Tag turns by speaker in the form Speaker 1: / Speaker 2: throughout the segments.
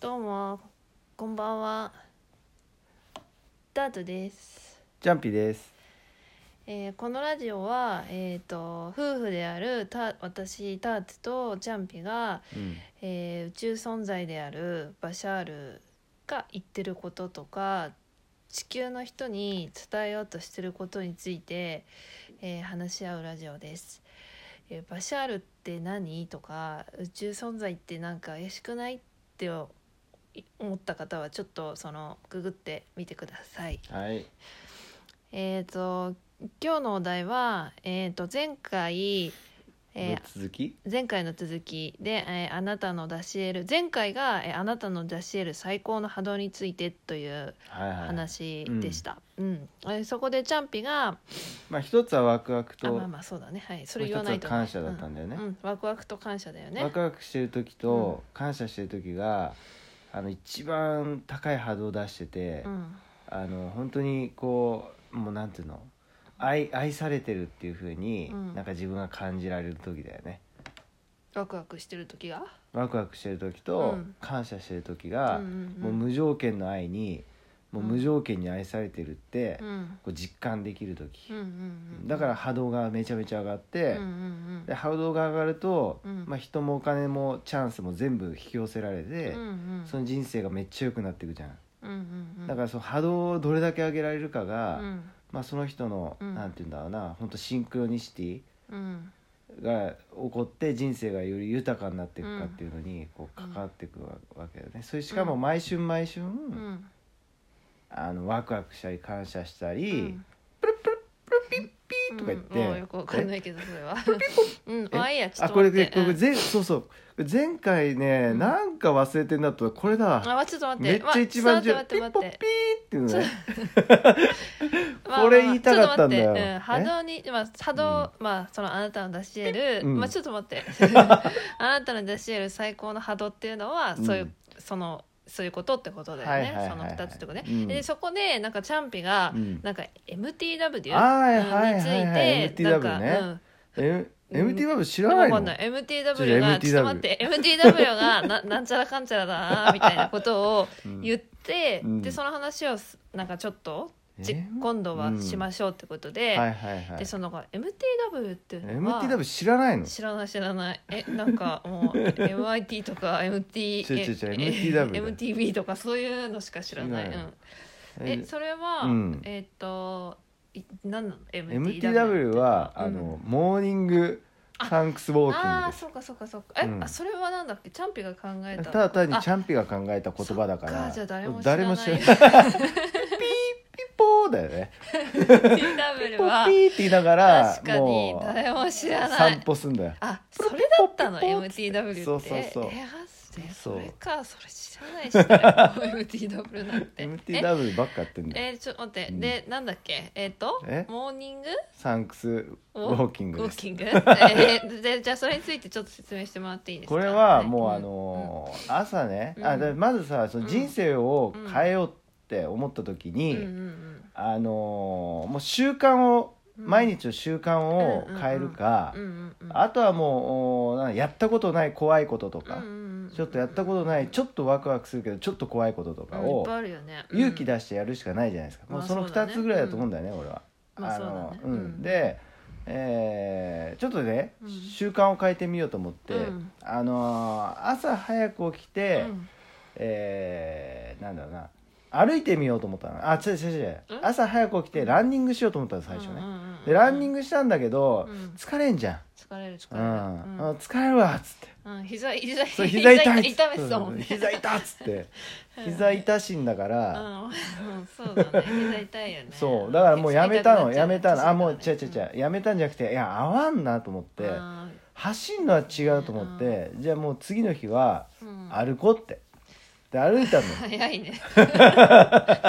Speaker 1: どうもこんばんはダートです、
Speaker 2: ジャンピです。
Speaker 1: えーこのラジオは、えー、と夫婦であるた私ターツとチャンピが、
Speaker 2: うん、
Speaker 1: えー宇宙存在であるバシャールが言ってることとか地球の人に伝えようとしてることについて、えー話し合うラジオです。えーバシャールって何とか宇宙存在ってなんか怪しくないって思った方はちょっとそのググってみてください。
Speaker 2: はい。
Speaker 1: えー、と今日のお題は、えー、と前回、えー
Speaker 2: の続き。
Speaker 1: 前回の続きで、えーあなたの出し得る前回が、えーあなたの出し得る最高の波動についてという
Speaker 2: はいはい。。
Speaker 1: 話でした、うんえーそこでチャンピが
Speaker 2: まあ、一つはワクワク
Speaker 1: あ
Speaker 2: と。
Speaker 1: まあまあそうだねはいそれ言わないと、ね、
Speaker 2: もう一つは感謝だったんだよね
Speaker 1: うんうんワクワクと感謝だよね
Speaker 2: ワクワクしてる時と、感謝してる時が。あの、一番高い波動を出してて。
Speaker 1: うん
Speaker 2: あの、本当に、こう、もう、なんていうの。愛、愛されてるっていう風に、
Speaker 1: うん
Speaker 2: なんか自分が感じられる時だよね。
Speaker 1: ワクワクしてる時が
Speaker 2: ワクワクしてる時と、
Speaker 1: うん
Speaker 2: 感謝してる時が、
Speaker 1: うんうんうん
Speaker 2: もう無条件の愛に。もう無条件に愛されてるって、
Speaker 1: うん
Speaker 2: こう実感できる時。
Speaker 1: うんうんうん
Speaker 2: だから波動がめちゃめちゃ上がって、
Speaker 1: うんうん
Speaker 2: で波動が上がると、
Speaker 1: うん
Speaker 2: まあ、人もお金もチャンスも全部引き寄せられ
Speaker 1: うん
Speaker 2: て、
Speaker 1: うんうん
Speaker 2: その人生がめっちゃ良くなっていくじゃん、
Speaker 1: うんうんうん
Speaker 2: だからその波動をどれだけ上げられるかが、
Speaker 1: うん
Speaker 2: まあ、その人の、
Speaker 1: うん
Speaker 2: なんて言うんだろうな本当シンクロニシティ
Speaker 1: うん
Speaker 2: が起こって人生がより豊かになっていくかっていうのにこう関わっていくわけだよね。それしかも毎春毎春、
Speaker 1: うん
Speaker 2: あのワクワクしたり感謝したり、
Speaker 1: うん
Speaker 2: とか言って
Speaker 1: うんもうよくわかんないけどそれはうん
Speaker 2: え
Speaker 1: あいいやちょっ
Speaker 2: あ
Speaker 1: と
Speaker 2: これ
Speaker 1: 待
Speaker 2: で
Speaker 1: って
Speaker 2: こ
Speaker 1: う
Speaker 2: れ
Speaker 1: ん
Speaker 2: 前そうそう前回ね、
Speaker 1: うん
Speaker 2: なんか忘れてんだとこれだ
Speaker 1: あ、ちょっと待って。
Speaker 2: めっちゃ一番
Speaker 1: じ
Speaker 2: 重
Speaker 1: ゃ、
Speaker 2: 要
Speaker 1: 待
Speaker 2: ピ
Speaker 1: って
Speaker 2: ッ
Speaker 1: 待
Speaker 2: ポ
Speaker 1: っ
Speaker 2: ッ
Speaker 1: て
Speaker 2: ピーっていうね
Speaker 1: まあまあまあ
Speaker 2: これ言いたかったんだよ
Speaker 1: ちょっと待ってうん、波動に、まあ、波動、まあ、そのあなたの出し得る、
Speaker 2: うん
Speaker 1: まあ、ちょっと待 って。あなたの出し得る最高の波動っていうのは、そういう、
Speaker 2: うん
Speaker 1: その。そういうことってことだよね。
Speaker 2: はいはいはいはい
Speaker 1: その二つってことね。
Speaker 2: うん
Speaker 1: で、そこで、なんかチャンピが、
Speaker 2: うん
Speaker 1: なんか M. T. W.
Speaker 2: あはいはいはいはい
Speaker 1: について、なんか、
Speaker 2: MTW ね
Speaker 1: うん
Speaker 2: え
Speaker 1: うん
Speaker 2: MT バブ知
Speaker 1: でも
Speaker 2: らな
Speaker 1: わ
Speaker 2: い
Speaker 1: か
Speaker 2: の
Speaker 1: んない。
Speaker 2: ちょ
Speaker 1: MTW
Speaker 2: っと
Speaker 1: が、
Speaker 2: MTW
Speaker 1: ちょっと待って、MTW がな、 なんちゃらかんちゃらだな、みたいなことを
Speaker 2: うん
Speaker 1: 言って、
Speaker 2: うん
Speaker 1: で、その話をす、なんかちょっと、じ
Speaker 2: えー
Speaker 1: 今度はしましょうってことで、
Speaker 2: はいはいはい
Speaker 1: で、その、MTW っていうのは、
Speaker 2: MT バブ知らないの
Speaker 1: 知らない知らない。え、なんかもう、MIT とか MT、
Speaker 2: 違う違う違う
Speaker 1: え
Speaker 2: MTW だ よ
Speaker 1: MTV とかそういうのしか知らない。
Speaker 2: 知ら
Speaker 1: う
Speaker 2: ない
Speaker 1: んえ、それは、
Speaker 2: うん
Speaker 1: えーっと、いなんなの ?MTW。
Speaker 2: MTW は
Speaker 1: うん
Speaker 2: あの、モーニングサンクスウォーキン
Speaker 1: あ
Speaker 2: グ
Speaker 1: あ
Speaker 2: です
Speaker 1: そうかそうかそうかえ、
Speaker 2: うん
Speaker 1: あそれはなんだっけチャンピが考えた
Speaker 2: ただ単に
Speaker 1: あ
Speaker 2: チャンピが考えた言葉だか
Speaker 1: そっ
Speaker 2: ら
Speaker 1: じゃあ誰も知らない
Speaker 2: 誰も知らないピーピポーだよねピ
Speaker 1: TW
Speaker 2: ポ
Speaker 1: は
Speaker 2: ピーって言いながら
Speaker 1: 確かに
Speaker 2: もう
Speaker 1: 誰も知らな
Speaker 2: 散
Speaker 1: い
Speaker 2: 歩すんだよ
Speaker 1: あそれだったの
Speaker 2: ピポピポ
Speaker 1: MTW って
Speaker 2: そうそうそう
Speaker 1: えあそ
Speaker 2: そう
Speaker 1: れかそれ知らないし誰も MTW なんてえ
Speaker 2: MTW ばっかやってんだよ
Speaker 1: えーちょっと待って、
Speaker 2: うん
Speaker 1: でなんだっけえっ、と
Speaker 2: え
Speaker 1: モーニング
Speaker 2: サンクスウ
Speaker 1: お
Speaker 2: ォーキン
Speaker 1: ウォ
Speaker 2: グで
Speaker 1: ー
Speaker 2: す
Speaker 1: キン グ、えーでじゃあそれについてちょっと説明してもらっていいですか
Speaker 2: これはいもうあのー朝ね、あだ
Speaker 1: うん
Speaker 2: まずさその人生を変えようって思った時
Speaker 1: う
Speaker 2: に、
Speaker 1: んうんうん
Speaker 2: あのーもう習慣を
Speaker 1: うん
Speaker 2: 毎日の習慣を変えるか、
Speaker 1: うんうんうん
Speaker 2: あとはもうおーなんかやったことない怖いことと
Speaker 1: う
Speaker 2: か、
Speaker 1: んうんうん
Speaker 2: ちょっとやったことないちょっとワクワクするけどちょっと怖いこととか
Speaker 1: うんいっ
Speaker 2: を
Speaker 1: ぱいあるよね
Speaker 2: 勇気出してやるしかないじゃないですか、
Speaker 1: うん
Speaker 2: もうその
Speaker 1: まあそうだ
Speaker 2: 2
Speaker 1: ね
Speaker 2: つぐらいだと思うんだよね、俺は。
Speaker 1: まあそうだね
Speaker 2: の
Speaker 1: うん
Speaker 2: うんで、えーちょっとね、
Speaker 1: うん
Speaker 2: 習慣を変えてみようと思って、
Speaker 1: うん
Speaker 2: あのー朝早く起き
Speaker 1: う
Speaker 2: て、
Speaker 1: ん
Speaker 2: えーなんだろうな歩いてみようと思ったのあ違う違う違う
Speaker 1: うん
Speaker 2: 朝早く起きてランニングしようと思ったの最初ね、
Speaker 1: うんうんうんうん
Speaker 2: でランニングしたんだけど、
Speaker 1: うん
Speaker 2: 疲れんじゃん、
Speaker 1: 疲れる疲
Speaker 2: う
Speaker 1: れ
Speaker 2: ん
Speaker 1: る
Speaker 2: あ疲れるわっつって
Speaker 1: うん、うん、膝膝
Speaker 2: そ れ膝痛いっつって
Speaker 1: 痛めてたもんね
Speaker 2: 膝痛っつって膝痛しんだか
Speaker 1: う
Speaker 2: ら、
Speaker 1: ん、うんそうだね膝痛いよね
Speaker 2: そうだからもうやめたのやめたのあもう違う違
Speaker 1: っ
Speaker 2: う違うやめたんじゃなくていや合わんなと思って走んのは違うと思ってじゃあもう次の日は
Speaker 1: うん、
Speaker 2: 歩こうってで 歩いたの
Speaker 1: 早い ね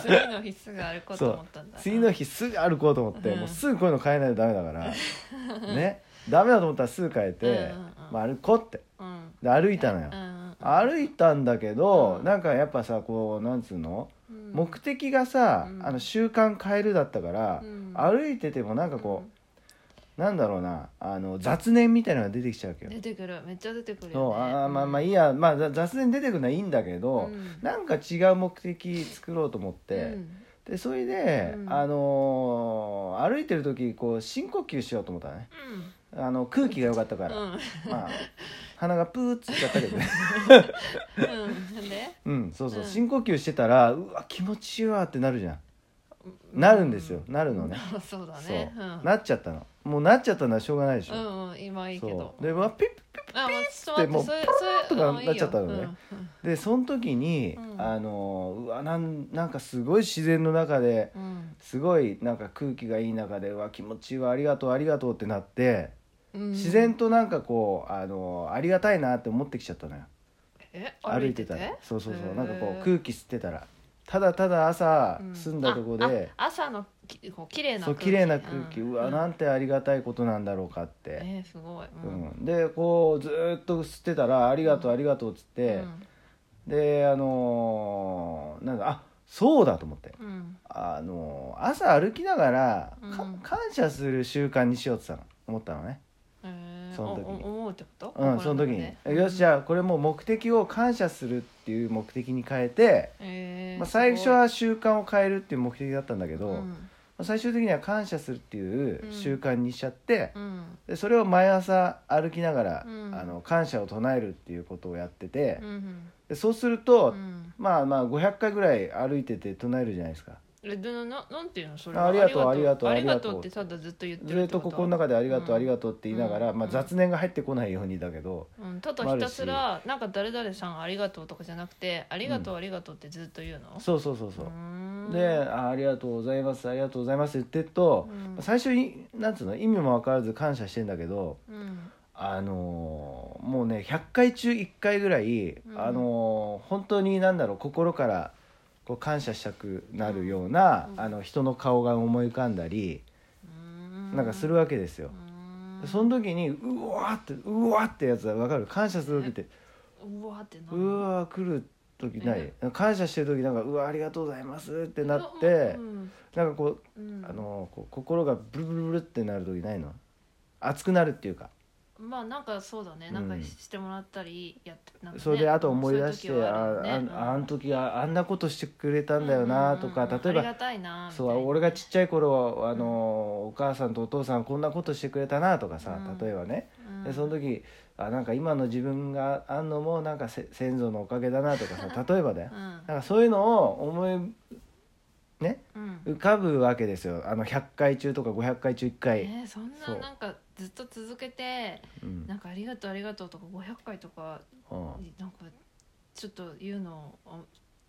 Speaker 1: 次の日すぐ歩こうと思ったんだ
Speaker 2: 次の
Speaker 1: 日
Speaker 2: 日すぐ歩こうと思って
Speaker 1: うん
Speaker 2: もうすぐこういうの変えないとダメだからねダメだと思ったらすぐ変え
Speaker 1: うんうん
Speaker 2: て
Speaker 1: うん
Speaker 2: まあ歩こうって
Speaker 1: うん
Speaker 2: で歩いたのよ
Speaker 1: うん
Speaker 2: 歩いたんだけ
Speaker 1: う
Speaker 2: ど
Speaker 1: ん
Speaker 2: なんかやっぱさこうなんつうの
Speaker 1: うん
Speaker 2: 目的がさ
Speaker 1: うん
Speaker 2: あの習慣変えるだったから
Speaker 1: うん
Speaker 2: 歩いててもなんかこう
Speaker 1: うん
Speaker 2: なんだろうなあの雑念みたいなのが出てきちゃうわけよ
Speaker 1: 出。てくるめっちゃ出てくる
Speaker 2: そ
Speaker 1: よ、
Speaker 2: う
Speaker 1: ね、
Speaker 2: あーまあまあい
Speaker 1: い
Speaker 2: いや、まあ、ざ雑念出てくるのはいいんだけ
Speaker 1: う
Speaker 2: ど、
Speaker 1: ん
Speaker 2: なんか違う目的作ろうと思って、
Speaker 1: うん
Speaker 2: でそれで、
Speaker 1: うん
Speaker 2: あのー歩いてる時こう深呼吸しようと思ったのねあの空気が良かったから、
Speaker 1: うんうん
Speaker 2: まあ鼻がプーっつっちゃったけどね
Speaker 1: うんなんで
Speaker 2: うんそうそう、
Speaker 1: うん
Speaker 2: 深呼吸してたらうわ気持ちいいわってなるじゃんなるんですよ、なるのね、
Speaker 1: そうだ
Speaker 2: そう
Speaker 1: ね、うん、
Speaker 2: なっちゃったのもうなっちゃったのはしょうがないでしょ、
Speaker 1: うんうん今はいいけど
Speaker 2: そうで、まあ、ピッ
Speaker 1: あ、まあ、ちょっと待ってそれそれ
Speaker 2: とか
Speaker 1: あもういいよ
Speaker 2: なっちゃったのねでその時に、
Speaker 1: うん
Speaker 2: あのうわなんなんかすごい自然の中で
Speaker 1: うんうん
Speaker 2: すごいなんか空気がいい中でうわ気持ちいいわありがとうありがとうってなって
Speaker 1: うん
Speaker 2: 自然となんかこうあのありがたいなって思ってきちゃったのよ
Speaker 1: え
Speaker 2: 歩いてたらそうそう
Speaker 1: へ
Speaker 2: そう
Speaker 1: ー
Speaker 2: なんかこう空気吸ってたらただただ朝
Speaker 1: うん
Speaker 2: 住んだとこで、
Speaker 1: ああ朝のきこう綺麗な
Speaker 2: そう綺麗な空気、うわ
Speaker 1: ん
Speaker 2: なんてありがたいことなんだろうかって。
Speaker 1: えーすごい、う
Speaker 2: うん
Speaker 1: ん
Speaker 2: でこうずーっと吸ってたら「ありがとうありがとう」っつって、であのーなんかあそうだと思って
Speaker 1: うんうん
Speaker 2: あのー朝歩きながらか
Speaker 1: うん
Speaker 2: 感謝する習慣にしようってさ思ったのね、
Speaker 1: えー
Speaker 2: その時に
Speaker 1: おお思うってこと
Speaker 2: うん、その時に、よしじ
Speaker 1: ゃ
Speaker 2: ゃあこれもう目的を感謝するっていう目的に変えて、
Speaker 1: えー
Speaker 2: まあ、最初は習慣を変えるっていう目的だったんだけ
Speaker 1: す
Speaker 2: ど、
Speaker 1: ごい
Speaker 2: まあ最終的には感謝するっていう習慣にしちゃって、
Speaker 1: うんうん
Speaker 2: でそれを毎朝歩きながら、
Speaker 1: うん
Speaker 2: あの感謝を唱えるっていうことをやってて、
Speaker 1: うん
Speaker 2: でそうする
Speaker 1: う
Speaker 2: と、
Speaker 1: ん
Speaker 2: まあまあ500回ぐらい歩いてて唱えるじゃないですか
Speaker 1: えでなななんていうのそれ
Speaker 2: あ
Speaker 1: は
Speaker 2: ありがとうあ
Speaker 1: あ
Speaker 2: り
Speaker 1: り
Speaker 2: が
Speaker 1: が
Speaker 2: と
Speaker 1: とう
Speaker 2: う
Speaker 1: ってただずっと言って
Speaker 2: ず
Speaker 1: る
Speaker 2: っ
Speaker 1: って
Speaker 2: と
Speaker 1: こ
Speaker 2: ことこの中で「ありがとう、
Speaker 1: うん
Speaker 2: ありがとう」って言いながら、
Speaker 1: うん
Speaker 2: まあ、
Speaker 1: うん
Speaker 2: 雑念が入ってこないようにだけど、
Speaker 1: うん、ただひたすらなんか誰々さんありがとうとかじゃなくてありがとうありがとうってずっと言うの、
Speaker 2: そうそうそうそう
Speaker 1: ー
Speaker 2: う、
Speaker 1: ん、
Speaker 2: であ「ありがとうございますありがとうございます」って言ってると、
Speaker 1: うん
Speaker 2: 最初になんつうの意味も分からず感謝してんだけど
Speaker 1: うん
Speaker 2: あのーもうね100回中1回ぐらい、
Speaker 1: ん
Speaker 2: あのー本当になんだろう心からこう感謝したくなるような、
Speaker 1: うん
Speaker 2: あの人の顔が思い浮かんだり、
Speaker 1: うーん
Speaker 2: なんかするわけですよ
Speaker 1: う。ーん
Speaker 2: その時にうわーってうわーってやつは分かる感謝する時って
Speaker 1: うわってな
Speaker 2: うわー来る時ない感謝してる時なんかうわーありがとうございますってなっ
Speaker 1: う
Speaker 2: て
Speaker 1: ん
Speaker 2: なんかこ
Speaker 1: う
Speaker 2: う
Speaker 1: ん
Speaker 2: あのこう心がブルブルブルってなる時ないの熱くなるっていうか
Speaker 1: まあなんかそうだね
Speaker 2: うん
Speaker 1: なんかしてもらったりやってなんかね、
Speaker 2: それであと思い出して
Speaker 1: そうう時は
Speaker 2: あ
Speaker 1: るよね
Speaker 2: あんあん時ああんなことしてくれたんだよなとか
Speaker 1: うんうんうんあ
Speaker 2: 例え
Speaker 1: り
Speaker 2: ば
Speaker 1: がたいなみたい
Speaker 2: そう
Speaker 1: な
Speaker 2: 俺がちっちゃい頃はあのお母さんとお父さんこんなことしてくれたなとかさ
Speaker 1: うん
Speaker 2: 例えばね
Speaker 1: うん
Speaker 2: でその時あなんか今の自分があんのもなんかせ先祖のおかげだなとかさ例えばだよ
Speaker 1: うん
Speaker 2: なんかそういうのを思いね
Speaker 1: うん
Speaker 2: 浮かぶわけですよあの100回中とか500回中1回、
Speaker 1: ねそん
Speaker 2: そ
Speaker 1: な
Speaker 2: う
Speaker 1: なんかずっと続けて
Speaker 2: うん
Speaker 1: なんかありがとうありがとうとか500回とか
Speaker 2: うん
Speaker 1: なんかちょっと言うのあ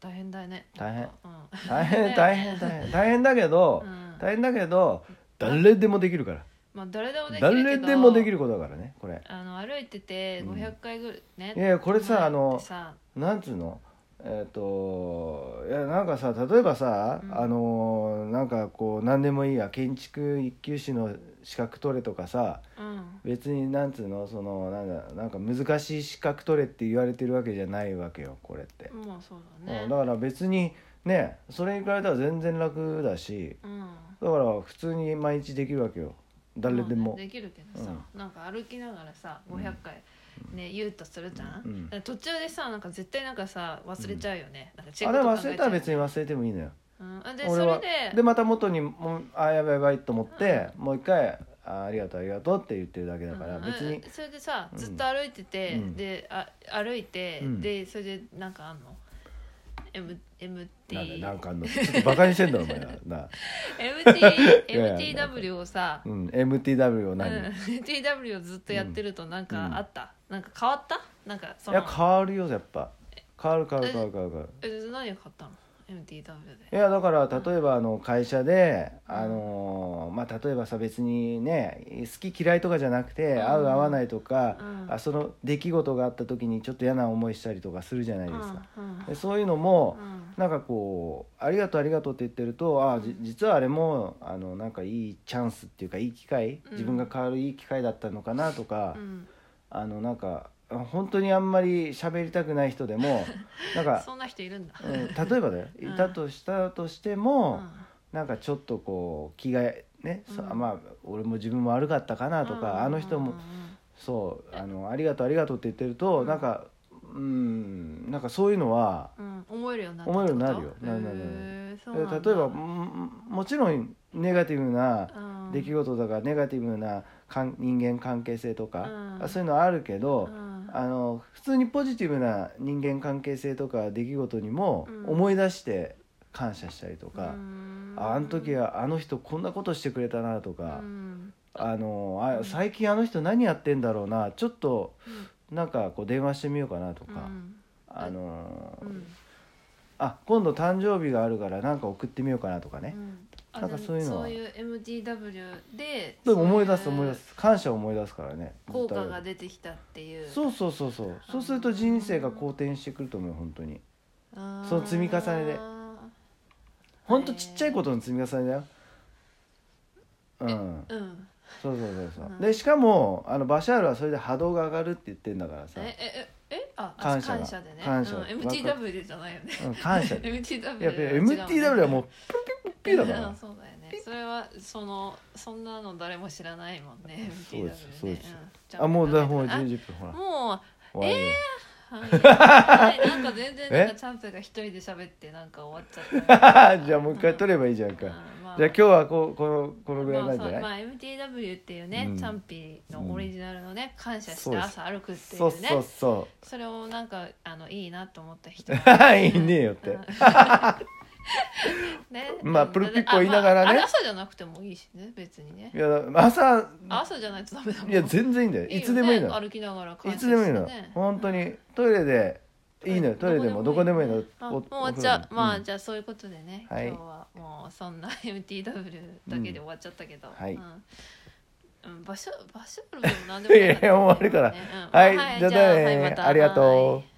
Speaker 1: 大変だね
Speaker 2: 大変
Speaker 1: なんか
Speaker 2: 大変大変大変大変だけど
Speaker 1: うん、うん
Speaker 2: 大変だけど誰でもできるから
Speaker 1: まあ誰でもできるけど
Speaker 2: 誰でもできることだからねこれ
Speaker 1: あの歩いてて
Speaker 2: うん
Speaker 1: 500回ぐらいね、
Speaker 2: いやいやこれさあの
Speaker 1: さ
Speaker 2: なんつうのえっ、といやなんかさ例えばさ、
Speaker 1: うん
Speaker 2: あのーなんかこう何でもいいや建築一級士の資格取れとかさ
Speaker 1: うん
Speaker 2: 別になんつうのそのなんだなんか難しい資格取れって言われてるわけじゃないわけよこれって、
Speaker 1: もうそうだ
Speaker 2: う
Speaker 1: ね
Speaker 2: んだから別にねそれに比べたら全然楽だし
Speaker 1: うん
Speaker 2: だから普通に毎日できるわけよ誰で
Speaker 1: まあ
Speaker 2: も、
Speaker 1: ねできるけどさ、なんか歩きながらさ500回ね、言うとするじゃん、
Speaker 2: うん
Speaker 1: だから途中でさなんか絶対なんかさ忘れちゃうよね、なんか違うこ
Speaker 2: あれ
Speaker 1: と考
Speaker 2: 忘れたら
Speaker 1: えち
Speaker 2: 別
Speaker 1: ゃ
Speaker 2: に忘れてもいいのよ
Speaker 1: ううんあでそ
Speaker 2: 俺は
Speaker 1: れで
Speaker 2: でまた元にもうあやばいやばいと思って、もう一回あありがとうありがとうって言ってるだけだから、
Speaker 1: うん
Speaker 2: 別に
Speaker 1: えそれでさ
Speaker 2: うん
Speaker 1: ずっと歩いてて、
Speaker 2: うん
Speaker 1: であ歩いて、
Speaker 2: うん
Speaker 1: でそれでなんかあんの M-
Speaker 2: なんだ
Speaker 1: MT
Speaker 2: よなんかあんのちょっとバカにしてんだお前らな、
Speaker 1: MT
Speaker 2: いやいやなんか
Speaker 1: MTW をさ、
Speaker 2: うん、MTW を
Speaker 1: うん、
Speaker 2: 何、い
Speaker 1: MTW をずっとやってるとなんかあった、なんか変わったなんかその
Speaker 2: や変わるよやっぱ変わる変わる変わる変わる変わる
Speaker 1: え何が変わったの MTW
Speaker 2: い
Speaker 1: で
Speaker 2: やだから例えばあの会社で、あのーまあ、例えばさ別にね好き嫌いとかじゃなくて、
Speaker 1: うん
Speaker 2: 合う合わないとか、
Speaker 1: うん
Speaker 2: あその出来事があった時にちょっと嫌な思いしたりとかするじゃないですか、
Speaker 1: うんうん
Speaker 2: でそういうのも、
Speaker 1: うん
Speaker 2: なんかこう「ありがとうありがとう」って言ってるとああじ実はあれもあのなんかいいチャンスっていうかいい機会
Speaker 1: うん
Speaker 2: 自分が変わるいい機会だったのかなとか、
Speaker 1: うん
Speaker 2: あのなんかあ本当にあんまり喋りたくない人 でもなんか、
Speaker 1: そんな人いるんだ、
Speaker 2: うん例えばだよ
Speaker 1: うん
Speaker 2: いたとしたとして
Speaker 1: う
Speaker 2: も、
Speaker 1: ん
Speaker 2: なんかちょっとこう気がね、そ
Speaker 1: うん
Speaker 2: まあ俺も自分も悪かったかなとか、あの人もそうあのありがとうありがとうって言ってると、
Speaker 1: うん
Speaker 2: なんかうんなんかそういうのは
Speaker 1: うん、うん思えるようにな
Speaker 2: 思えるようになるよ
Speaker 1: な
Speaker 2: な
Speaker 1: る
Speaker 2: る
Speaker 1: な
Speaker 2: なるなる
Speaker 1: そう
Speaker 2: 例え
Speaker 1: なんだ
Speaker 2: ばうんもちろんネガティブな
Speaker 1: うん
Speaker 2: 出来事とか、ネガティブなかん人間関係性とか、
Speaker 1: うん
Speaker 2: あそういうのあるけど
Speaker 1: う、ん
Speaker 2: あの普通にポジティブな人間関係性とか出来事にも
Speaker 1: うん
Speaker 2: 思い出して感謝したりと
Speaker 1: う
Speaker 2: か、
Speaker 1: ん
Speaker 2: ああの時はあの人こんなことしてくれたなとか、
Speaker 1: うん
Speaker 2: あの
Speaker 1: う
Speaker 2: あ
Speaker 1: ん
Speaker 2: 最近あの人何やってんだろうなちょっと
Speaker 1: うん
Speaker 2: なんかこう電話してみようかなと
Speaker 1: う
Speaker 2: か、
Speaker 1: ん
Speaker 2: あのー
Speaker 1: うん
Speaker 2: あ今度誕生日があるからなんか送ってみようかなとかね
Speaker 1: う、んあ
Speaker 2: なんか
Speaker 1: じゃあ
Speaker 2: そういうのは
Speaker 1: そういう MTW で
Speaker 2: でも思い出す
Speaker 1: そうう
Speaker 2: 思い出す感謝を思い出すからね
Speaker 1: 効果が
Speaker 2: 絶
Speaker 1: 出てきたっていう
Speaker 2: 対そうそうそうそうそうすると人生が好転してくると思う本当に
Speaker 1: そ
Speaker 2: その積み重ねで本当ちっちゃいことの積み重ねだようん
Speaker 1: うん
Speaker 2: そうそうそうそう、
Speaker 1: うん
Speaker 2: でしかもあのバシャールはそれで波動が上がるって言ってんだからさ、
Speaker 1: ええええああ
Speaker 2: 感謝が
Speaker 1: 感謝でね
Speaker 2: 感謝
Speaker 1: うん MTW でじゃないよね
Speaker 2: うん、感 謝
Speaker 1: MTW
Speaker 2: いやで
Speaker 1: 違うもんね
Speaker 2: MTW はもうピュッピュッピュだから
Speaker 1: うんそうだよねそれはそのそんなの誰も知らないもんね
Speaker 2: そう
Speaker 1: MTW ね
Speaker 2: ですそうです
Speaker 1: んちゃんと
Speaker 2: あもうだ
Speaker 1: 考
Speaker 2: もう
Speaker 1: えてあ
Speaker 2: 10分ほら
Speaker 1: もう
Speaker 2: 終わりよ
Speaker 1: はいなんか全然
Speaker 2: え
Speaker 1: なんかチャンプが一人で喋ってなんか終わっちゃった
Speaker 2: じゃあもう一回撮ればいいじゃんか、
Speaker 1: うんまあ
Speaker 2: じゃあ今日はこうこのこのぐらい
Speaker 1: ま
Speaker 2: な
Speaker 1: あ
Speaker 2: んじゃ
Speaker 1: そ
Speaker 2: な
Speaker 1: う
Speaker 2: い、
Speaker 1: まあ MTW っていうね、
Speaker 2: うん
Speaker 1: チャンピのオリジナルのね感謝し
Speaker 2: そう
Speaker 1: て
Speaker 2: です
Speaker 1: 朝歩くっていうね
Speaker 2: そうそうそ
Speaker 1: それをなんかあのいいなと思った人が
Speaker 2: う いいねよって、
Speaker 1: うんね
Speaker 2: まあ
Speaker 1: うん
Speaker 2: プルピッコ言いながらね
Speaker 1: あまああれ朝じゃなくてもいいしね別にね
Speaker 2: いや朝
Speaker 1: あ朝じゃないとダメだもん
Speaker 2: いや全然いいんだよいつでもいいの
Speaker 1: よね
Speaker 2: よ
Speaker 1: 歩きながら感
Speaker 2: い
Speaker 1: 謝
Speaker 2: つでもいいの
Speaker 1: し
Speaker 2: よ
Speaker 1: てね
Speaker 2: 本当にトイレでいいのよトイレでもどこでもいいのよ
Speaker 1: あ
Speaker 2: お
Speaker 1: もう終わっち
Speaker 2: お
Speaker 1: ゃ
Speaker 2: 風
Speaker 1: う
Speaker 2: 呂
Speaker 1: まあ
Speaker 2: うん
Speaker 1: じゃあそういうことでね、
Speaker 2: はい
Speaker 1: 今日はもうそんな MTW だけで終わっちゃったけど、
Speaker 2: はい
Speaker 1: うんうん、場所場所でも何でもなかったね、
Speaker 2: いやいや終わるから
Speaker 1: うん
Speaker 2: はいじゃあね
Speaker 1: はい
Speaker 2: ありがとう
Speaker 1: はい